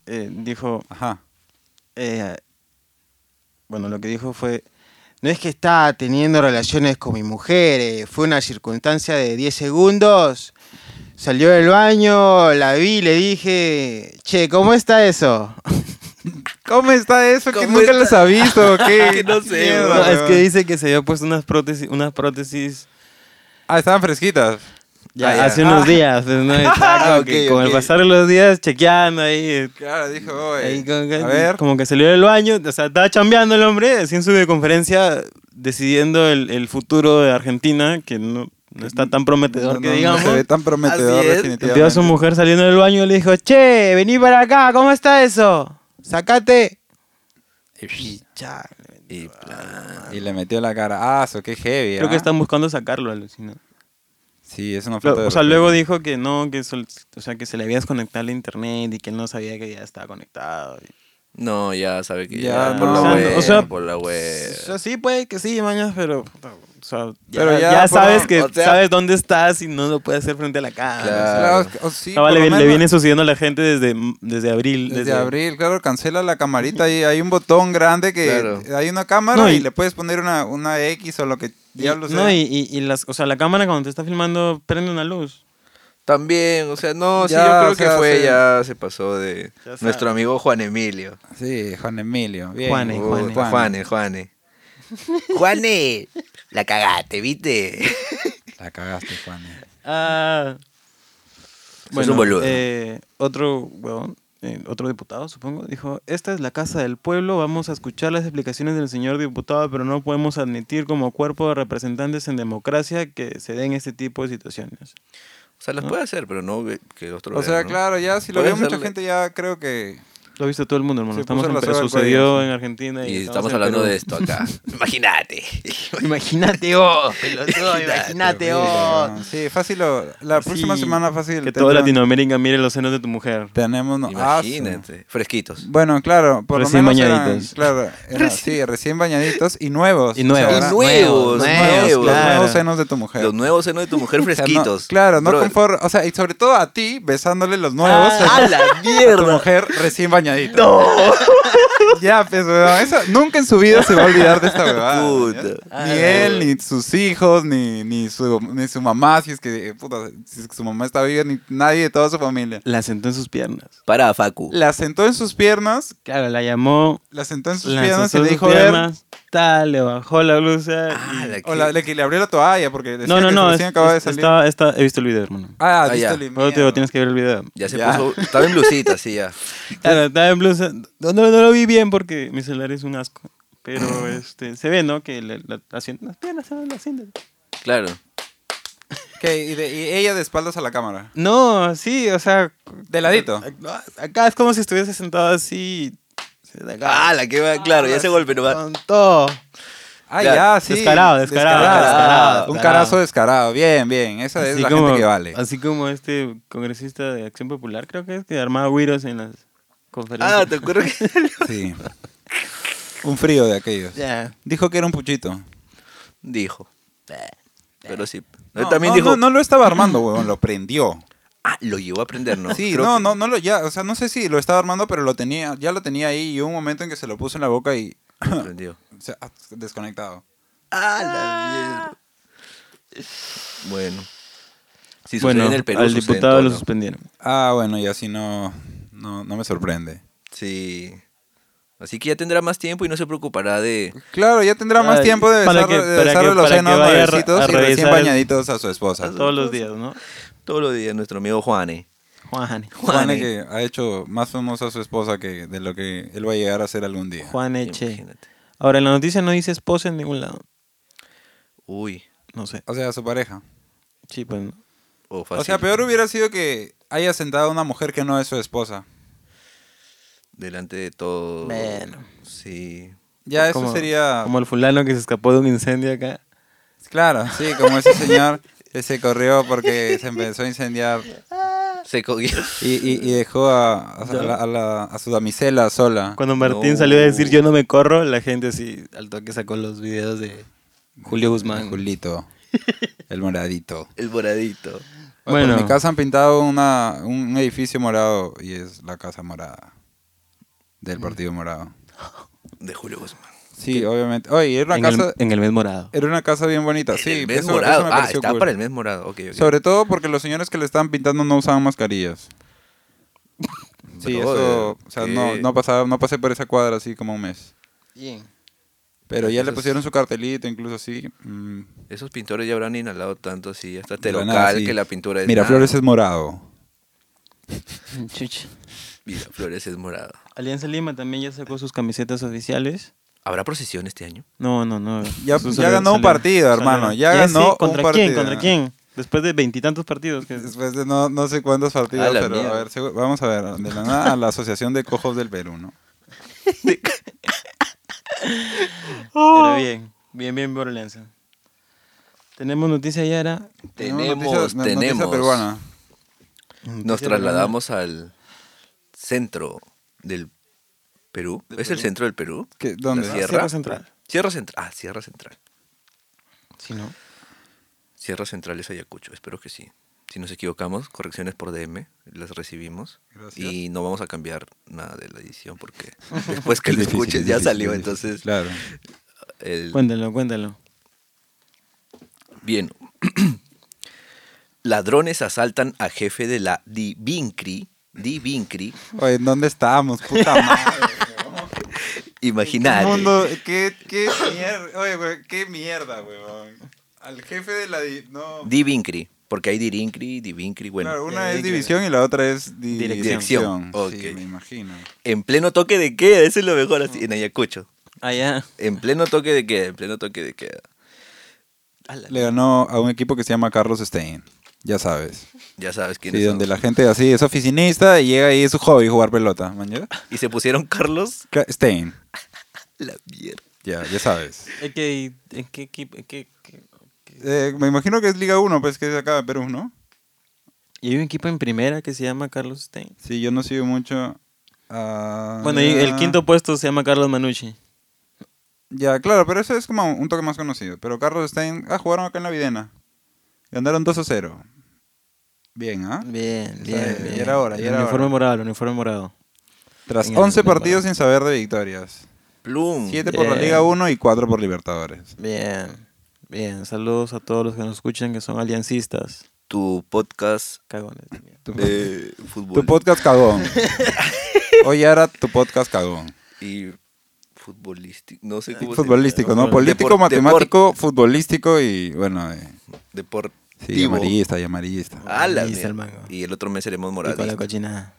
Speaker 2: eh, dijo,
Speaker 1: Ajá.
Speaker 2: Eh, bueno, lo que dijo fue, no es que estaba teniendo relaciones con mi mujer, eh, fue una circunstancia de 10 segundos, salió del baño, la vi, le dije, che, ¿cómo está eso?
Speaker 1: ¿Cómo está eso? Que
Speaker 3: ¿Cómo
Speaker 1: nunca
Speaker 3: está?
Speaker 1: las ha visto. ¿Qué?
Speaker 3: Que no sé,
Speaker 1: Mierda,
Speaker 3: weón.
Speaker 2: No, es
Speaker 1: weón.
Speaker 2: que dice que se había puesto unas prótesis, unas prótesis
Speaker 1: Ah, estaban fresquitas.
Speaker 2: ya,
Speaker 3: Ah, ya.
Speaker 2: hace unos
Speaker 1: Ah.
Speaker 2: días, pues, ¿no? Estaba como
Speaker 1: Ah, ok,
Speaker 2: que con el
Speaker 1: ok.
Speaker 2: pasar de los días chequeando ahí. eh,
Speaker 3: Ah,
Speaker 1: Claro, dijo, oye,
Speaker 2: ahí como, que,
Speaker 1: a ver.
Speaker 2: como que salió del baño, o sea, estaba chambeando el hombre, así en su videoconferencia, decidiendo el, el futuro de Argentina, que no, no está tan prometedor
Speaker 1: no,
Speaker 2: que
Speaker 1: no, no
Speaker 2: digamos.
Speaker 1: se ve tan prometedor
Speaker 3: Así es.
Speaker 2: Vio a su
Speaker 1: definitivamente.
Speaker 2: mujer saliendo del baño y le dijo, che, vení para acá, ¿cómo está eso? Sácate. Y ya.
Speaker 3: Y plan.
Speaker 1: Y le metió la cara. Ah, eso qué heavy.
Speaker 2: Creo que
Speaker 1: ¿ah?
Speaker 2: están buscando sacarlo, alucina.
Speaker 1: Sí, es una
Speaker 2: Lo-
Speaker 1: falta de
Speaker 2: o sea,
Speaker 1: respeto.
Speaker 2: luego dijo que no, que, sol- o sea, que se le había desconectado el internet y que él no sabía que ya estaba conectado. y-
Speaker 3: No, ya sabe que
Speaker 1: Ya,
Speaker 3: ya, por la
Speaker 1: no.
Speaker 3: web,
Speaker 2: O sea,
Speaker 3: por la web.
Speaker 2: O sea, sí, puede que sí, mañas, pero. puta, o sea, ya,
Speaker 1: Pero ya,
Speaker 2: ya
Speaker 1: por-
Speaker 2: sabes que
Speaker 3: o sea-
Speaker 2: sabes dónde estás y no lo puedes hacer frente a la cámara.
Speaker 3: Claro.
Speaker 1: Ah, Claro, o sí,
Speaker 2: Ah,
Speaker 1: por
Speaker 2: vale,
Speaker 1: lo
Speaker 2: le, le
Speaker 1: menos
Speaker 2: viene sucediendo a la gente desde, desde abril.
Speaker 1: Desde abril, claro, cancela la camarita y hay un botón grande que
Speaker 3: Claro.
Speaker 1: hay una cámara
Speaker 2: No,
Speaker 1: y,
Speaker 2: y-
Speaker 1: le puedes poner una, una X o lo que
Speaker 2: Y-
Speaker 1: diablos eh. sea.
Speaker 2: no, y, y- y las, o sea, la cámara cuando te está filmando prende una luz.
Speaker 3: También, o sea, no, sí,
Speaker 1: Ya,
Speaker 3: yo creo
Speaker 1: o sea,
Speaker 3: que fue,
Speaker 1: se-
Speaker 3: ya se pasó de
Speaker 2: Ya sabe.
Speaker 3: nuestro amigo Juan Emilio.
Speaker 1: Sí, Juan Emilio. Bien.
Speaker 2: Juane,
Speaker 1: Uh,
Speaker 2: Juane.
Speaker 3: Juane, Juane. Juane, la cagaste, ¿viste?
Speaker 1: La cagaste, Juane.
Speaker 2: Ah.
Speaker 3: un boludo.
Speaker 2: eh, otro huevón, eh, otro diputado, supongo, dijo: Esta es la casa del pueblo, vamos a escuchar las explicaciones del señor diputado, pero no podemos admitir como cuerpo de representantes en democracia que se den este tipo de situaciones.
Speaker 3: O sea, las puede hacer, pero no que- que otro
Speaker 1: O sea,
Speaker 3: vean, ¿no?
Speaker 1: claro, ya si lo
Speaker 3: Puede
Speaker 1: vio mucha
Speaker 3: hacerle-
Speaker 1: gente, ya creo que.
Speaker 2: Lo ha visto todo el mundo, hermano.
Speaker 1: Se
Speaker 2: Estamos
Speaker 1: puso
Speaker 2: en
Speaker 1: la
Speaker 2: Perú,
Speaker 1: soga al cuello,
Speaker 2: sucedió
Speaker 1: sí.
Speaker 2: en Argentina.
Speaker 3: Y estamos hablando de esto acá. Imagínate.
Speaker 2: Imagínate, oh,
Speaker 3: pelotudo,
Speaker 2: imagínate,
Speaker 3: imagínate,
Speaker 2: oh.
Speaker 1: Sí, fácil. lo- la próxima semana, fácil.
Speaker 2: Que toda
Speaker 1: tendrán-
Speaker 2: Latinoamérica mire los senos de tu mujer.
Speaker 1: Tenemos. no- ah, su-
Speaker 3: Imagínate. Fresquitos.
Speaker 1: Bueno, claro, por
Speaker 2: Recién
Speaker 1: lo menos eran-
Speaker 2: bañaditos.
Speaker 1: claro, era- sí, recién bañaditos y nuevos.
Speaker 2: Y nuevos.
Speaker 1: eran-
Speaker 3: Y nuevos,
Speaker 1: los
Speaker 3: nuevos,
Speaker 1: los
Speaker 2: claro.
Speaker 1: nuevos senos de tu mujer.
Speaker 3: Los nuevos senos de tu mujer
Speaker 1: O sea, no-
Speaker 3: fresquitos.
Speaker 1: claro, no
Speaker 3: Bro,
Speaker 1: conforme, o sea, y sobre todo a ti besándole los nuevos
Speaker 3: Ah,
Speaker 1: senos
Speaker 3: a la
Speaker 1: de tu mujer recién bañadita. No. ya, pues, weón, eso- nunca en su vida se va a olvidar de esta huevada.
Speaker 3: Puta.
Speaker 1: ¿ya?
Speaker 3: Ah,
Speaker 1: Ni él, ni sus hijos, ni, ni, su, ni su mamá, si es que, eh, puta, si es que su mamá está viva, ni nadie de toda su familia.
Speaker 2: La sentó en sus piernas.
Speaker 3: Para Facu.
Speaker 1: La sentó en sus piernas,
Speaker 2: Claro, la llamó,
Speaker 1: la sentó en sus
Speaker 2: la
Speaker 1: piernas
Speaker 2: sentó
Speaker 1: y
Speaker 2: en sus
Speaker 1: le dijo, "A ver,
Speaker 2: piernas, tal, le bajó la blusa.
Speaker 3: Ah,
Speaker 2: y-
Speaker 3: la
Speaker 1: O la,
Speaker 3: que-
Speaker 1: la que le abrió la toalla porque decía
Speaker 2: No, no,
Speaker 1: que
Speaker 2: no,
Speaker 1: recién
Speaker 2: es-
Speaker 1: acababa de
Speaker 2: es-
Speaker 1: salir.
Speaker 2: estaba- está- he visto el video, hermano.
Speaker 1: Ah,
Speaker 3: Ah,
Speaker 1: viste
Speaker 3: ya.
Speaker 1: el
Speaker 2: No te
Speaker 1: miedo.
Speaker 2: digo, tienes que ver el video.
Speaker 3: Ya se
Speaker 1: Ya.
Speaker 3: puso. Estaba en blusita, sí, ya.
Speaker 2: Claro, estaba en blusa. No, no, no lo vi bien porque mi celular es un asco. Pero este, se ve, ¿no? Que le- la- la sienta- las piernas se van haciendo.
Speaker 3: Claro.
Speaker 1: Que- y, de- y ella de espaldas a la cámara.
Speaker 2: No, sí, o sea.
Speaker 1: De ladito.
Speaker 2: Acá es como si estuviese sentado así. se da acá,
Speaker 3: Ah, la que va, claro, ya se golpe no va.
Speaker 2: Con todo.
Speaker 1: Ah,
Speaker 3: Ya,
Speaker 1: ya, sí.
Speaker 2: descarado, descarado,
Speaker 3: descarado,
Speaker 1: Un
Speaker 2: descarado.
Speaker 1: carazo descarado. Bien, bien. Esa es la gente que vale.
Speaker 2: Así como este congresista de Acción Popular, creo que es, que armaba güiros en las conferencias.
Speaker 3: Ah, te acuerdas que.
Speaker 1: Sí. Un frío de aquellos.
Speaker 2: Ya.
Speaker 1: Dijo que era un puchito.
Speaker 3: dijo. Pero sí.
Speaker 1: Eh, No,
Speaker 3: Él también
Speaker 1: no,
Speaker 3: dijo.
Speaker 1: No, no lo estaba armando, huevón. Lo prendió.
Speaker 3: Ah, lo llevó a aprender, ¿no?
Speaker 1: Sí,
Speaker 3: Creo
Speaker 1: no,
Speaker 3: que-
Speaker 1: no, no lo, ya, o sea, no sé si lo estaba armando, pero lo tenía, ya lo tenía ahí y hubo un momento en que se lo puso en la boca y
Speaker 3: lo aprendió.
Speaker 1: se ha desconectado.
Speaker 3: Ah, la mierda. Bueno. Si sucede
Speaker 2: bueno,
Speaker 3: en el Perú,
Speaker 2: al
Speaker 3: sucede en
Speaker 2: diputado
Speaker 3: todo,
Speaker 2: lo
Speaker 3: ¿no?
Speaker 2: suspendieron.
Speaker 1: Ah, bueno, y así no, no, no me sorprende.
Speaker 3: Sí. Así que ya tendrá más tiempo y no se preocupará de.
Speaker 1: Claro, ya tendrá más
Speaker 2: Ay,
Speaker 1: tiempo de
Speaker 2: para
Speaker 1: besar,
Speaker 2: que-
Speaker 1: de
Speaker 2: para
Speaker 1: besarle
Speaker 2: que-
Speaker 1: los
Speaker 2: para que
Speaker 1: senos
Speaker 2: vaya a re-
Speaker 1: nuevecitos
Speaker 2: a
Speaker 1: y recién
Speaker 2: revisar el-
Speaker 1: bañaditos a su esposa.
Speaker 2: Todos los días, ¿no?
Speaker 3: Todos los días, nuestro amigo Juane.
Speaker 2: Juan.
Speaker 1: Juan que ha hecho más famosa a su esposa que de lo que él va a llegar a ser algún día.
Speaker 2: Juan Eche.
Speaker 3: Imagínate.
Speaker 2: Ahora, en la noticia no dice esposa en ningún lado.
Speaker 3: Uy.
Speaker 2: No sé.
Speaker 1: O sea, su pareja.
Speaker 2: Sí, pues. no.
Speaker 3: O,
Speaker 1: O sea,
Speaker 3: fácil.
Speaker 1: peor hubiera sido que haya sentado a una mujer que no es su esposa.
Speaker 3: Delante de todo.
Speaker 2: Bueno.
Speaker 3: Sí.
Speaker 1: Ya eso
Speaker 2: Como-
Speaker 1: sería...
Speaker 2: Como el fulano que se escapó de un incendio acá.
Speaker 1: Claro, sí, como ese señor que se corrió porque se empezó a incendiar
Speaker 3: Se cogió.
Speaker 1: y, y- y dejó a, a- a la- a la- a su damisela sola.
Speaker 2: Cuando Martín
Speaker 3: No.
Speaker 2: salió a decir yo no me corro, la gente así al toque sacó los videos de Julio Guzmán.
Speaker 1: Julito, el moradito.
Speaker 3: El moradito.
Speaker 1: Bueno,
Speaker 2: Bueno.
Speaker 1: en mi casa han pintado una, un edificio morado y es la casa morada del partido morado.
Speaker 3: De Julio Guzmán.
Speaker 1: Sí, obviamente. Oye, era
Speaker 2: en,
Speaker 1: una casa,
Speaker 2: el, en el mes morado.
Speaker 1: era una casa bien bonita. Sí,
Speaker 3: el mes
Speaker 1: eso- eso me
Speaker 3: morado. ah,
Speaker 1: pareció
Speaker 3: está
Speaker 1: cool.
Speaker 3: para el mes morado. Ok, ok.
Speaker 1: Sobre todo porque los señores que le estaban pintando no usaban mascarillas. Sí, eso, o sea, no,
Speaker 3: ¿qué?
Speaker 1: no, pasaba, no pasé por esa cuadra así como un mes.
Speaker 2: Bien.
Speaker 1: Pero ya le
Speaker 3: Entonces-
Speaker 1: pusieron su cartelito, incluso así. mm,
Speaker 3: Esos pintores ya habrán inhalado tanto así, hasta
Speaker 1: de la nada,
Speaker 3: terocal
Speaker 1: así.
Speaker 3: que la pintura es.
Speaker 1: Miraflores es morado.
Speaker 2: Chucha.
Speaker 3: Mira, Flores es morado.
Speaker 2: Alianza Lima también ya sacó sus camisetas oficiales.
Speaker 3: ¿Habrá procesión este año?
Speaker 2: No, no, no.
Speaker 1: Ya-
Speaker 2: Sus
Speaker 1: ya
Speaker 2: salió-
Speaker 1: ganó un
Speaker 2: salió-
Speaker 1: partido, hermano, ya ganó
Speaker 2: ¿Contra
Speaker 1: un
Speaker 2: quién?
Speaker 1: partido.
Speaker 2: ¿Contra quién? Después de veintitantos partidos. que-
Speaker 1: Después de no, no sé cuántos partidos,
Speaker 3: A la
Speaker 1: pero a
Speaker 3: mierda.
Speaker 1: ver, segu- vamos a ver, de la nada a la Asociación de Cojos del Perú, ¿no?
Speaker 2: Pero
Speaker 1: Ah.
Speaker 2: bien, bien, bien por Alianza. Tenemos noticia ya, era.
Speaker 3: Tenemos,
Speaker 1: noticia- noticia
Speaker 3: tenemos.
Speaker 1: peruana.
Speaker 3: Nos trasladamos al centro del ¿Perú? ¿Es el centro del Perú?
Speaker 1: ¿Qué- dónde?
Speaker 3: La
Speaker 1: Ah,
Speaker 3: Sierra.
Speaker 2: Sierra Central.
Speaker 3: Sierra Central. Ah, Sierra Central.
Speaker 2: Sí, ¿no?
Speaker 3: Sierra Central es Ayacucho, espero que sí. Si nos equivocamos, correcciones por DM, las recibimos.
Speaker 1: Gracias.
Speaker 3: Y no vamos a cambiar nada de la edición porque después que lo escuches ya salió. Entonces,
Speaker 1: Claro.
Speaker 3: el-
Speaker 2: Cuéntalo, cuéntalo.
Speaker 3: bien. Ladrones asaltan a jefe de la Divincri. Divincri,
Speaker 1: Oye, ¿en dónde estábamos? Puta madre.
Speaker 3: imaginario.
Speaker 1: ¿Qué mundo? ¿Qué, qué mierda? Oye, güey, qué mierda, weón. Al jefe de la... di- No.
Speaker 3: Divincri, porque hay Dirincri, Divincri, bueno.
Speaker 1: claro, una
Speaker 2: eh,
Speaker 1: es división y la otra es di-
Speaker 2: Dirección.
Speaker 1: dirección. Sí,
Speaker 3: Ok.
Speaker 1: me imagino.
Speaker 3: En pleno toque de queda, eso es lo mejor así, en Ayacucho.
Speaker 2: Allá.
Speaker 3: En pleno toque de queda, en pleno toque de queda. Ala,
Speaker 1: Le ganó a un equipo que se llama Carlos Stein. Ya sabes.
Speaker 3: Ya sabes quién
Speaker 1: Sí, donde la gente así es oficinista y llega y es su hobby jugar pelota. ¿mañana?
Speaker 3: Y se pusieron Carlos.
Speaker 1: Stein.
Speaker 3: La mierda.
Speaker 1: Ya, ya sabes.
Speaker 2: ¿En qué, en qué equipo? en qué- qué-
Speaker 1: Eh, me imagino que es Liga 1, pues que es acá de Perú, ¿no?
Speaker 2: Y hay un equipo en primera que se llama Carlos Stein.
Speaker 1: Sí, yo no sigo mucho. a-
Speaker 2: Bueno, y el quinto puesto se llama Carlos Manucci.
Speaker 1: Ya, claro, pero eso es como un toque más conocido. Pero Carlos Stein. Ah, jugaron acá en la Videna. Ganaron 2 a 0. Bien, ¿ah?
Speaker 2: Bien,
Speaker 1: bien,
Speaker 2: bien,
Speaker 1: bien.
Speaker 2: bien.
Speaker 1: El
Speaker 2: el uniforme
Speaker 1: uniforme
Speaker 2: morado, el uniforme morado.
Speaker 1: Tras
Speaker 2: En el
Speaker 1: 11
Speaker 2: primer
Speaker 1: partidos sin saber de victorias.
Speaker 3: Plum.
Speaker 1: 7 por la
Speaker 2: Bien.
Speaker 1: Liga 1 y 4 por Libertadores.
Speaker 2: Bien, bien. Saludos a todos los que nos escuchan que son aliancistas.
Speaker 3: Tu podcast
Speaker 2: Cagones. de mierda.
Speaker 3: de fútbol.
Speaker 1: Tu podcast cagón. Hoy ahora tu podcast cagón.
Speaker 3: y futbolístico. No sé cómo se
Speaker 1: Futbolístico,
Speaker 3: llama.
Speaker 1: ¿no? Político,
Speaker 3: Depor-
Speaker 1: matemático, futbolístico y bueno, eh,
Speaker 3: depor- deportivo.
Speaker 1: sí, amarillista y amarillista.
Speaker 3: A la
Speaker 2: Amarillista,
Speaker 3: mierda.
Speaker 2: el mango.
Speaker 3: Y el otro mes seremos
Speaker 2: Y con la
Speaker 3: morales.
Speaker 2: cochinada.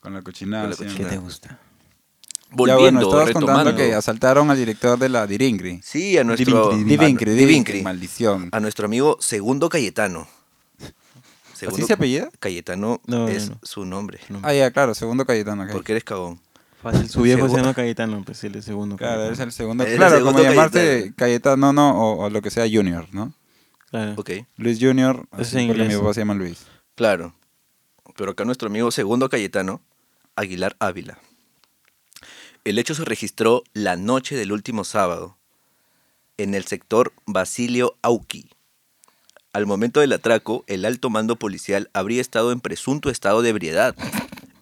Speaker 1: Con la cochinada.
Speaker 3: Con la
Speaker 1: siempre.
Speaker 2: ¿Qué
Speaker 3: cochinada.
Speaker 2: te gusta?
Speaker 3: Claro.
Speaker 1: Ya bueno,
Speaker 3: Volviendo,
Speaker 1: estabas
Speaker 3: retomando.
Speaker 1: contando que asaltaron al director de la Diringri.
Speaker 3: Sí, a nuestro.
Speaker 1: Divincri,
Speaker 3: a-
Speaker 1: Divincri,
Speaker 3: Divincri.
Speaker 1: Maldición.
Speaker 3: A nuestro amigo Segundo Cayetano.
Speaker 1: ¿Así se apellida?
Speaker 3: Cayetano
Speaker 2: No, no,
Speaker 3: es
Speaker 2: no.
Speaker 3: su nombre.
Speaker 2: No.
Speaker 1: Ah, ya, claro, segundo Cayetano. ok.
Speaker 3: Porque eres cagón.
Speaker 2: Fácil. Su viejo se
Speaker 3: Segundo.
Speaker 2: llama Cayetano, pues sí, el segundo.
Speaker 1: Claro,
Speaker 2: Cayetano.
Speaker 1: eres el segundo.
Speaker 3: Eres el
Speaker 1: claro,
Speaker 3: segundo
Speaker 1: como llamarse Cayetano, no, o, o lo que sea Junior, ¿no?
Speaker 2: Claro.
Speaker 3: Ok,
Speaker 1: Luis Junior,
Speaker 2: Eso es
Speaker 1: así porque mi
Speaker 2: inglés.
Speaker 1: papá se llama Luis.
Speaker 3: claro. Pero acá nuestro amigo Segundo Cayetano, Aguilar Ávila. El hecho se registró la noche del último sábado en el sector Basilio Auqui. Al momento del atraco, el alto mando policial habría estado en presunto estado de ebriedad,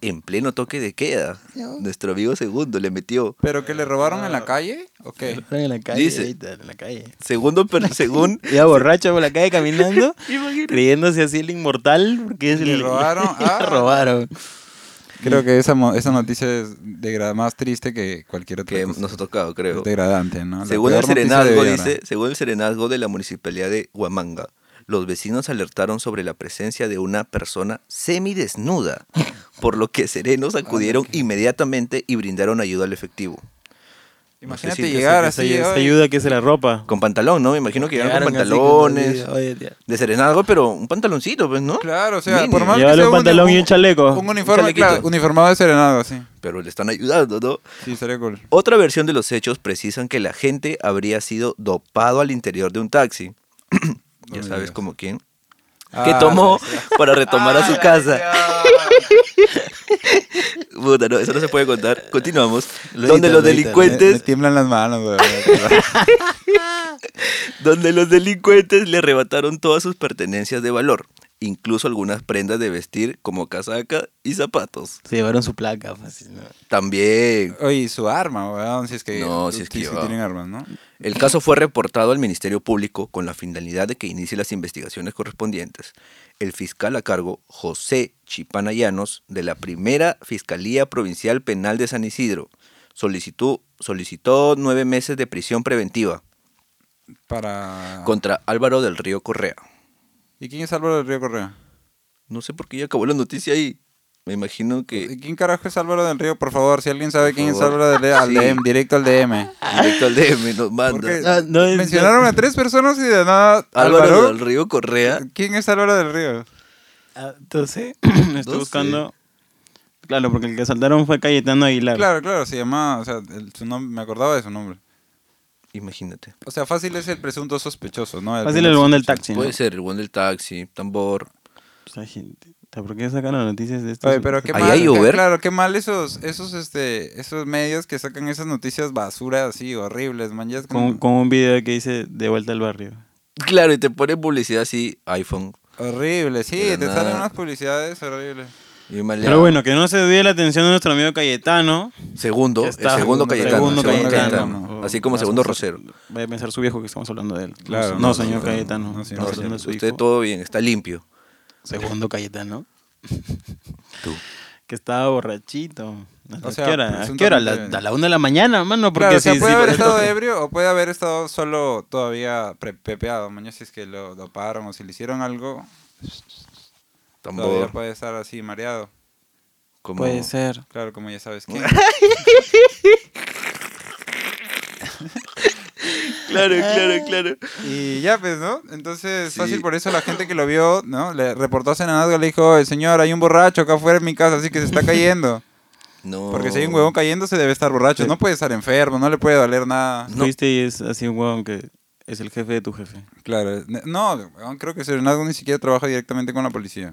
Speaker 3: en pleno toque de queda. Nuestro amigo Segundo le metió.
Speaker 1: ¿Pero que le robaron en la calle? ¿O qué?
Speaker 2: Fueron En la calle,
Speaker 3: Dice.
Speaker 2: ahorita, en la calle.
Speaker 3: Segundo, pero según
Speaker 2: Iba borracho por la calle caminando, creyéndose así el inmortal, porque es
Speaker 1: Le
Speaker 2: el-
Speaker 1: robaron,
Speaker 2: le
Speaker 1: ah.
Speaker 2: robaron.
Speaker 1: Creo que esa, mo- esa noticia es degra- más triste que cualquier otra
Speaker 3: que
Speaker 1: cosa.
Speaker 3: nos ha tocado, creo.
Speaker 1: Es degradante, ¿no? La
Speaker 3: Según el
Speaker 1: peor noticia de
Speaker 3: serenazgo,
Speaker 1: Villara.
Speaker 3: dice, según el serenazgo de la municipalidad de Huamanga, los vecinos alertaron sobre la presencia de una persona semidesnuda, por lo que serenos
Speaker 1: Ah,
Speaker 3: acudieron inmediatamente y brindaron ayuda al efectivo.
Speaker 1: Imagínate
Speaker 3: No sé si
Speaker 1: llegar
Speaker 2: Esa-
Speaker 1: así.
Speaker 2: esa
Speaker 1: "Oye,
Speaker 2: ayuda que es la ropa.
Speaker 3: Con pantalón, ¿no? Me imagino que llegaron con
Speaker 2: así como
Speaker 3: pantalones.
Speaker 2: así, oye, tía.
Speaker 3: De serenazgo, pero un pantaloncito, pues, ¿no?
Speaker 1: Claro, o sea,
Speaker 3: Mínimo.
Speaker 1: por más
Speaker 2: Llévale
Speaker 1: que sea
Speaker 2: un pantalón y un chaleco.
Speaker 1: Un uniforme,
Speaker 3: chalequito.
Speaker 1: claro, uniformado de serenado, sí.
Speaker 3: Pero le están ayudando, ¿no?
Speaker 1: Sí, sería cool.
Speaker 3: Otra versión de los hechos precisan que la gente habría sido dopado al interior de un taxi.
Speaker 1: me
Speaker 3: ya sabes
Speaker 1: digas.
Speaker 3: como quién. que
Speaker 1: Ah,
Speaker 3: tomó para retomar
Speaker 2: Ah,
Speaker 3: a su casa. Puta, no, eso no se puede contar. Continuamos.
Speaker 2: Lo
Speaker 3: donde
Speaker 2: editan, lo
Speaker 3: los
Speaker 2: editan.
Speaker 1: Me, me
Speaker 3: delincuentes,
Speaker 1: tiemblan las manos, güey.
Speaker 3: donde los delincuentes le arrebataron todas sus pertenencias de valor, incluso algunas prendas de vestir como casaca y zapatos.
Speaker 2: Se llevaron su placa, fácil,
Speaker 1: Ah,
Speaker 2: ¿no?
Speaker 3: También
Speaker 1: Oye, ¿y su arma, weón, si es que...
Speaker 3: No, si es que va.
Speaker 1: tienen armas, ¿no?
Speaker 3: El caso fue reportado al Ministerio Público con la finalidad de que inicie las investigaciones correspondientes. El fiscal a cargo, José Chipana Llanos, de la primera Fiscalía Provincial Penal de San Isidro, solicitó, solicitó nueve meses de prisión preventiva
Speaker 1: Para...
Speaker 3: contra Álvaro del Río Correa.
Speaker 1: ¿Y quién es Álvaro del Río Correa?
Speaker 3: No sé por qué ya acabó la noticia ahí. Me imagino
Speaker 1: ¿Y
Speaker 3: que
Speaker 1: quién carajo es Álvaro del Río? Por favor, si alguien sabe quién es
Speaker 3: Eh. favor.
Speaker 1: Álvaro del Río, al
Speaker 3: Sí.
Speaker 1: DM, directo al DM.
Speaker 3: directo al DM nos
Speaker 1: Porque
Speaker 3: manda.
Speaker 2: Ah, no es-
Speaker 1: mencionaron a tres personas y de nada...
Speaker 3: Álvaro,
Speaker 1: Álvaro...
Speaker 3: del Río Correa.
Speaker 1: ¿Quién es Álvaro del Río?
Speaker 2: Ah, Entonces, estoy
Speaker 3: No
Speaker 2: buscando. Claro, porque el que saltaron fue Cayetano Aguilar.
Speaker 1: Claro, claro, se llamaba... O sea, el- su nombre, me acordaba de su nombre.
Speaker 3: Imagínate.
Speaker 1: O sea, fácil es el presunto sospechoso, ¿no?
Speaker 2: Fácil el
Speaker 1: primer
Speaker 2: buen del
Speaker 1: sospechoso.
Speaker 2: taxi. ¿no?
Speaker 3: Puede ser el buen del taxi, tambor.
Speaker 2: esta gente. O sea, ¿Por qué sacan las noticias de esto?
Speaker 1: Oye, pero qué
Speaker 3: Ahí
Speaker 1: mal,
Speaker 3: hay
Speaker 1: qué-
Speaker 3: Uber.
Speaker 1: claro, qué mal esos, esos, este, esos medios que sacan esas noticias basura así, horribles, man. Ya es como-
Speaker 2: Con, con un video que dice de vuelta al barrio.
Speaker 3: Claro, y te ponen publicidad así, iPhone.
Speaker 1: Horrible, sí,
Speaker 3: De la
Speaker 1: te
Speaker 3: nada.
Speaker 1: salen unas publicidades horribles.
Speaker 3: Y mal
Speaker 2: Pero bueno, que no se desvíe la atención de nuestro amigo Cayetano.
Speaker 3: Segundo,
Speaker 2: que
Speaker 3: el
Speaker 2: está- Oh,
Speaker 3: segundo Cayetano.
Speaker 1: segundo
Speaker 3: segundo
Speaker 1: Cayetano.
Speaker 3: Cayetano.
Speaker 2: O-
Speaker 3: Así como
Speaker 2: vas a
Speaker 3: segundo
Speaker 2: pensar-
Speaker 3: Rosero.
Speaker 2: Vaya a pensar su viejo que estamos hablando de él. No,
Speaker 1: Claro,
Speaker 2: no,
Speaker 1: no,
Speaker 2: señor
Speaker 1: no,
Speaker 2: Cayetano.
Speaker 1: no, señor
Speaker 2: Estamos
Speaker 3: No,
Speaker 2: hablando de su
Speaker 3: usted
Speaker 2: hijo.
Speaker 3: todo bien, está limpio.
Speaker 2: Segundo Cayetano.
Speaker 3: Tú.
Speaker 2: Que estaba borrachito. ¿A
Speaker 1: O sea,
Speaker 2: qué hora? ¿A qué
Speaker 1: presuntamente-
Speaker 2: hora? La- a la una de la mañana, mano. Porque
Speaker 1: Claro, o
Speaker 2: si-
Speaker 1: sea,
Speaker 2: si
Speaker 1: puede haber
Speaker 2: por ejemplo-
Speaker 1: estado ebrio o puede haber estado solo todavía pre- pepeado, mañana si es que lo doparon o si le hicieron algo, todavía
Speaker 3: Tambor.
Speaker 1: puede estar así mareado.
Speaker 3: Como...
Speaker 2: Puede ser.
Speaker 1: Claro, como ya sabes que.
Speaker 3: Claro,
Speaker 2: Eh.
Speaker 3: claro, claro.
Speaker 1: Y ya, pues, ¿no? Entonces,
Speaker 3: Sí.
Speaker 1: fácil por eso la gente que lo vio, ¿no? Le reportó a Senador, le dijo, "Oye, señor, hay un borracho acá afuera en mi casa, así que se está cayendo.
Speaker 3: No.
Speaker 1: Porque si hay un
Speaker 3: Oh.
Speaker 1: huevón cayendo, se debe estar borracho. No puede estar enfermo, no le puede doler nada.
Speaker 3: No.
Speaker 2: Fuiste y es así un huevón que es el jefe de tu jefe.
Speaker 1: Claro, ne- no, huevón, creo que Serenazgo ni siquiera trabaja directamente con la policía.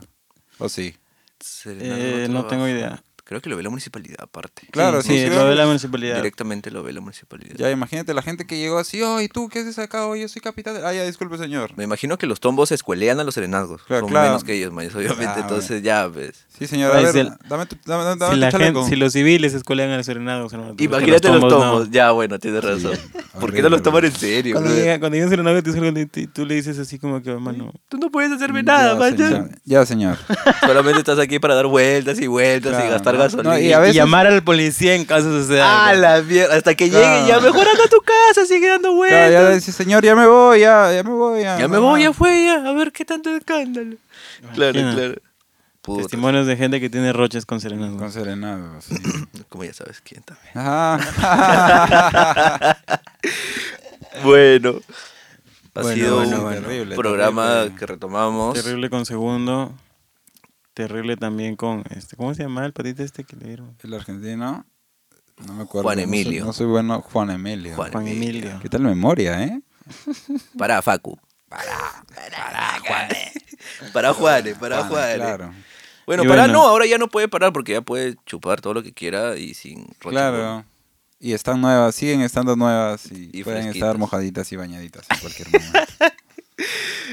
Speaker 3: Oh,
Speaker 1: ¿O sí?
Speaker 3: Serenazgo
Speaker 2: Eh, no
Speaker 3: trabaja.
Speaker 2: tengo idea.
Speaker 3: Creo que lo ve la municipalidad aparte.
Speaker 1: Claro,
Speaker 2: sí.
Speaker 1: sí, sí,
Speaker 2: lo de la
Speaker 1: sí.
Speaker 2: municipalidad.
Speaker 3: Directamente lo ve la municipalidad.
Speaker 1: Ya, imagínate la gente que llegó así, oh, ¿y tú qué haces acá? hoy yo soy capitán. de-". Ah, ya, disculpe, señor.
Speaker 3: Me imagino que los tombos escuelean a los serenazgos.
Speaker 1: Claro,
Speaker 3: Son
Speaker 1: claro.
Speaker 3: menos que ellos, maíz, obviamente.
Speaker 1: Ah,
Speaker 3: Entonces ya, pues, ves.
Speaker 1: Sí, señor, a
Speaker 2: Ay,
Speaker 1: ver,
Speaker 2: si el-
Speaker 1: dame tu, dame, dame-
Speaker 2: si,
Speaker 1: dame
Speaker 2: la
Speaker 1: tu chaleco.
Speaker 2: gente- si los civiles escolean al serenado, señor, que
Speaker 3: Imagínate los
Speaker 2: tombos,
Speaker 3: tombos.
Speaker 2: no.
Speaker 3: Ya, bueno, tienes razón. ¿Por qué no
Speaker 1: Horrible,
Speaker 3: los toman en serio?
Speaker 2: Cuando
Speaker 3: brother?
Speaker 2: llega, cuando llega un serenado y te dice algo, y tú- tú le dices así como que, mano,
Speaker 3: Tú no puedes hacerme nada,
Speaker 1: Mm, ya, señor.
Speaker 3: mañana.
Speaker 1: Ya, señor.
Speaker 3: Solamente estás aquí para dar vueltas y vueltas y
Speaker 1: Claro,
Speaker 3: gastar
Speaker 1: no,
Speaker 3: gasolina.
Speaker 1: no, y
Speaker 2: y,
Speaker 1: a veces-
Speaker 2: llamar al policía en caso de
Speaker 3: ¡Ah,
Speaker 2: sea.
Speaker 3: la mierda! Hasta que llegue
Speaker 1: Claro.
Speaker 3: ya. Mejor anda a tu casa, sigue dando
Speaker 1: Claro,
Speaker 3: vueltas.
Speaker 1: ya dice, señor, ya me voy, ya, ya me voy. Ya,
Speaker 3: Ya me
Speaker 1: no,
Speaker 3: voy,
Speaker 1: no".
Speaker 3: ya fue, ya. A ver qué tanto escándalo. Claro,
Speaker 2: Imagina.
Speaker 3: claro. Puta,
Speaker 2: Testimonios de gente que tiene roches con serenado.
Speaker 1: Con serenado, sí.
Speaker 3: como ya sabes quién también.
Speaker 1: Ajá.
Speaker 3: Bueno. Ha
Speaker 2: Bueno,
Speaker 3: sido
Speaker 2: bueno,
Speaker 3: un
Speaker 1: bueno. Terrible,
Speaker 3: programa
Speaker 1: terrible.
Speaker 3: que retomamos.
Speaker 2: Terrible con segundo. Terrible también con este. ¿Cómo se llama el patito este que le dieron?
Speaker 1: El argentino. No me acuerdo.
Speaker 3: Juan
Speaker 1: no soy-
Speaker 3: Emilio.
Speaker 1: No soy, bueno, Juan Emilio.
Speaker 3: Juan
Speaker 2: Juan
Speaker 3: Emilio.
Speaker 2: Emilio.
Speaker 1: ¿Qué tal memoria, eh?
Speaker 3: Para Facu. Para, Juan. Para Juanes, para
Speaker 1: Juan,
Speaker 3: Juanes.
Speaker 1: Claro.
Speaker 3: Bueno,
Speaker 2: Y
Speaker 3: para
Speaker 2: bueno.
Speaker 3: no, ahora ya no puede parar porque ya puede chupar todo lo que quiera y sin roche, bueno.
Speaker 1: Claro. Y están nuevas, siguen estando nuevas y,
Speaker 3: Y
Speaker 1: pueden
Speaker 3: fresquitas.
Speaker 1: estar mojaditas y bañaditas en cualquier momento.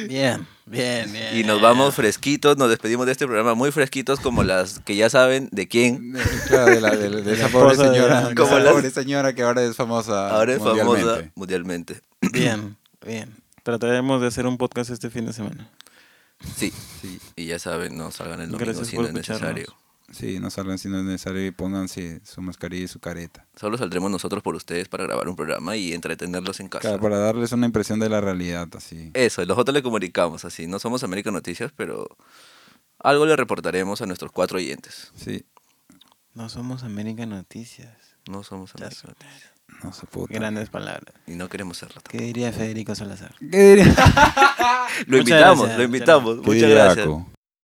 Speaker 2: Bien, bien, bien.
Speaker 3: Y nos vamos fresquitos, nos despedimos de este programa muy fresquitos como las que ya saben de quién.
Speaker 1: De- Eh, Claro, de, la, de- de
Speaker 2: La
Speaker 1: esa pobre
Speaker 2: esposa de-
Speaker 1: señora. de
Speaker 3: Como
Speaker 1: esa
Speaker 3: las-
Speaker 1: pobre señora que ahora es famosa.
Speaker 3: Ahora es famosa
Speaker 1: Ah, mundialmente.
Speaker 3: mundialmente.
Speaker 2: Bien, bien. Trataremos de hacer un podcast este fin de semana.
Speaker 3: Sí, Y ya saben, no salgan el domingo
Speaker 2: Gracias
Speaker 3: si no
Speaker 2: por
Speaker 3: es necesario.
Speaker 2: escucharnos.
Speaker 1: Sí, no salgan si no es necesario y pónganse su mascarilla y su careta.
Speaker 3: Solo saldremos nosotros por ustedes para grabar un programa y entretenerlos en casa.
Speaker 1: Claro, para darles una impresión de la realidad, así.
Speaker 3: Eso, nosotros le comunicamos así. No somos América Noticias, pero algo le reportaremos a nuestros cuatro oyentes.
Speaker 1: Sí,
Speaker 2: No somos América Noticias.
Speaker 3: No somos América
Speaker 2: su-
Speaker 3: Noticias.
Speaker 1: no se puta.
Speaker 2: Grandes palabras.
Speaker 3: Y no queremos serlo.
Speaker 2: ¿Qué diría Federico Salazar?
Speaker 1: ¿Qué diría?
Speaker 3: Lo
Speaker 2: Muchas
Speaker 3: invitamos,
Speaker 2: gracias,
Speaker 3: lo invitamos.
Speaker 1: ¿Qué
Speaker 3: Muchas
Speaker 1: diría
Speaker 3: gracias.
Speaker 1: Aco?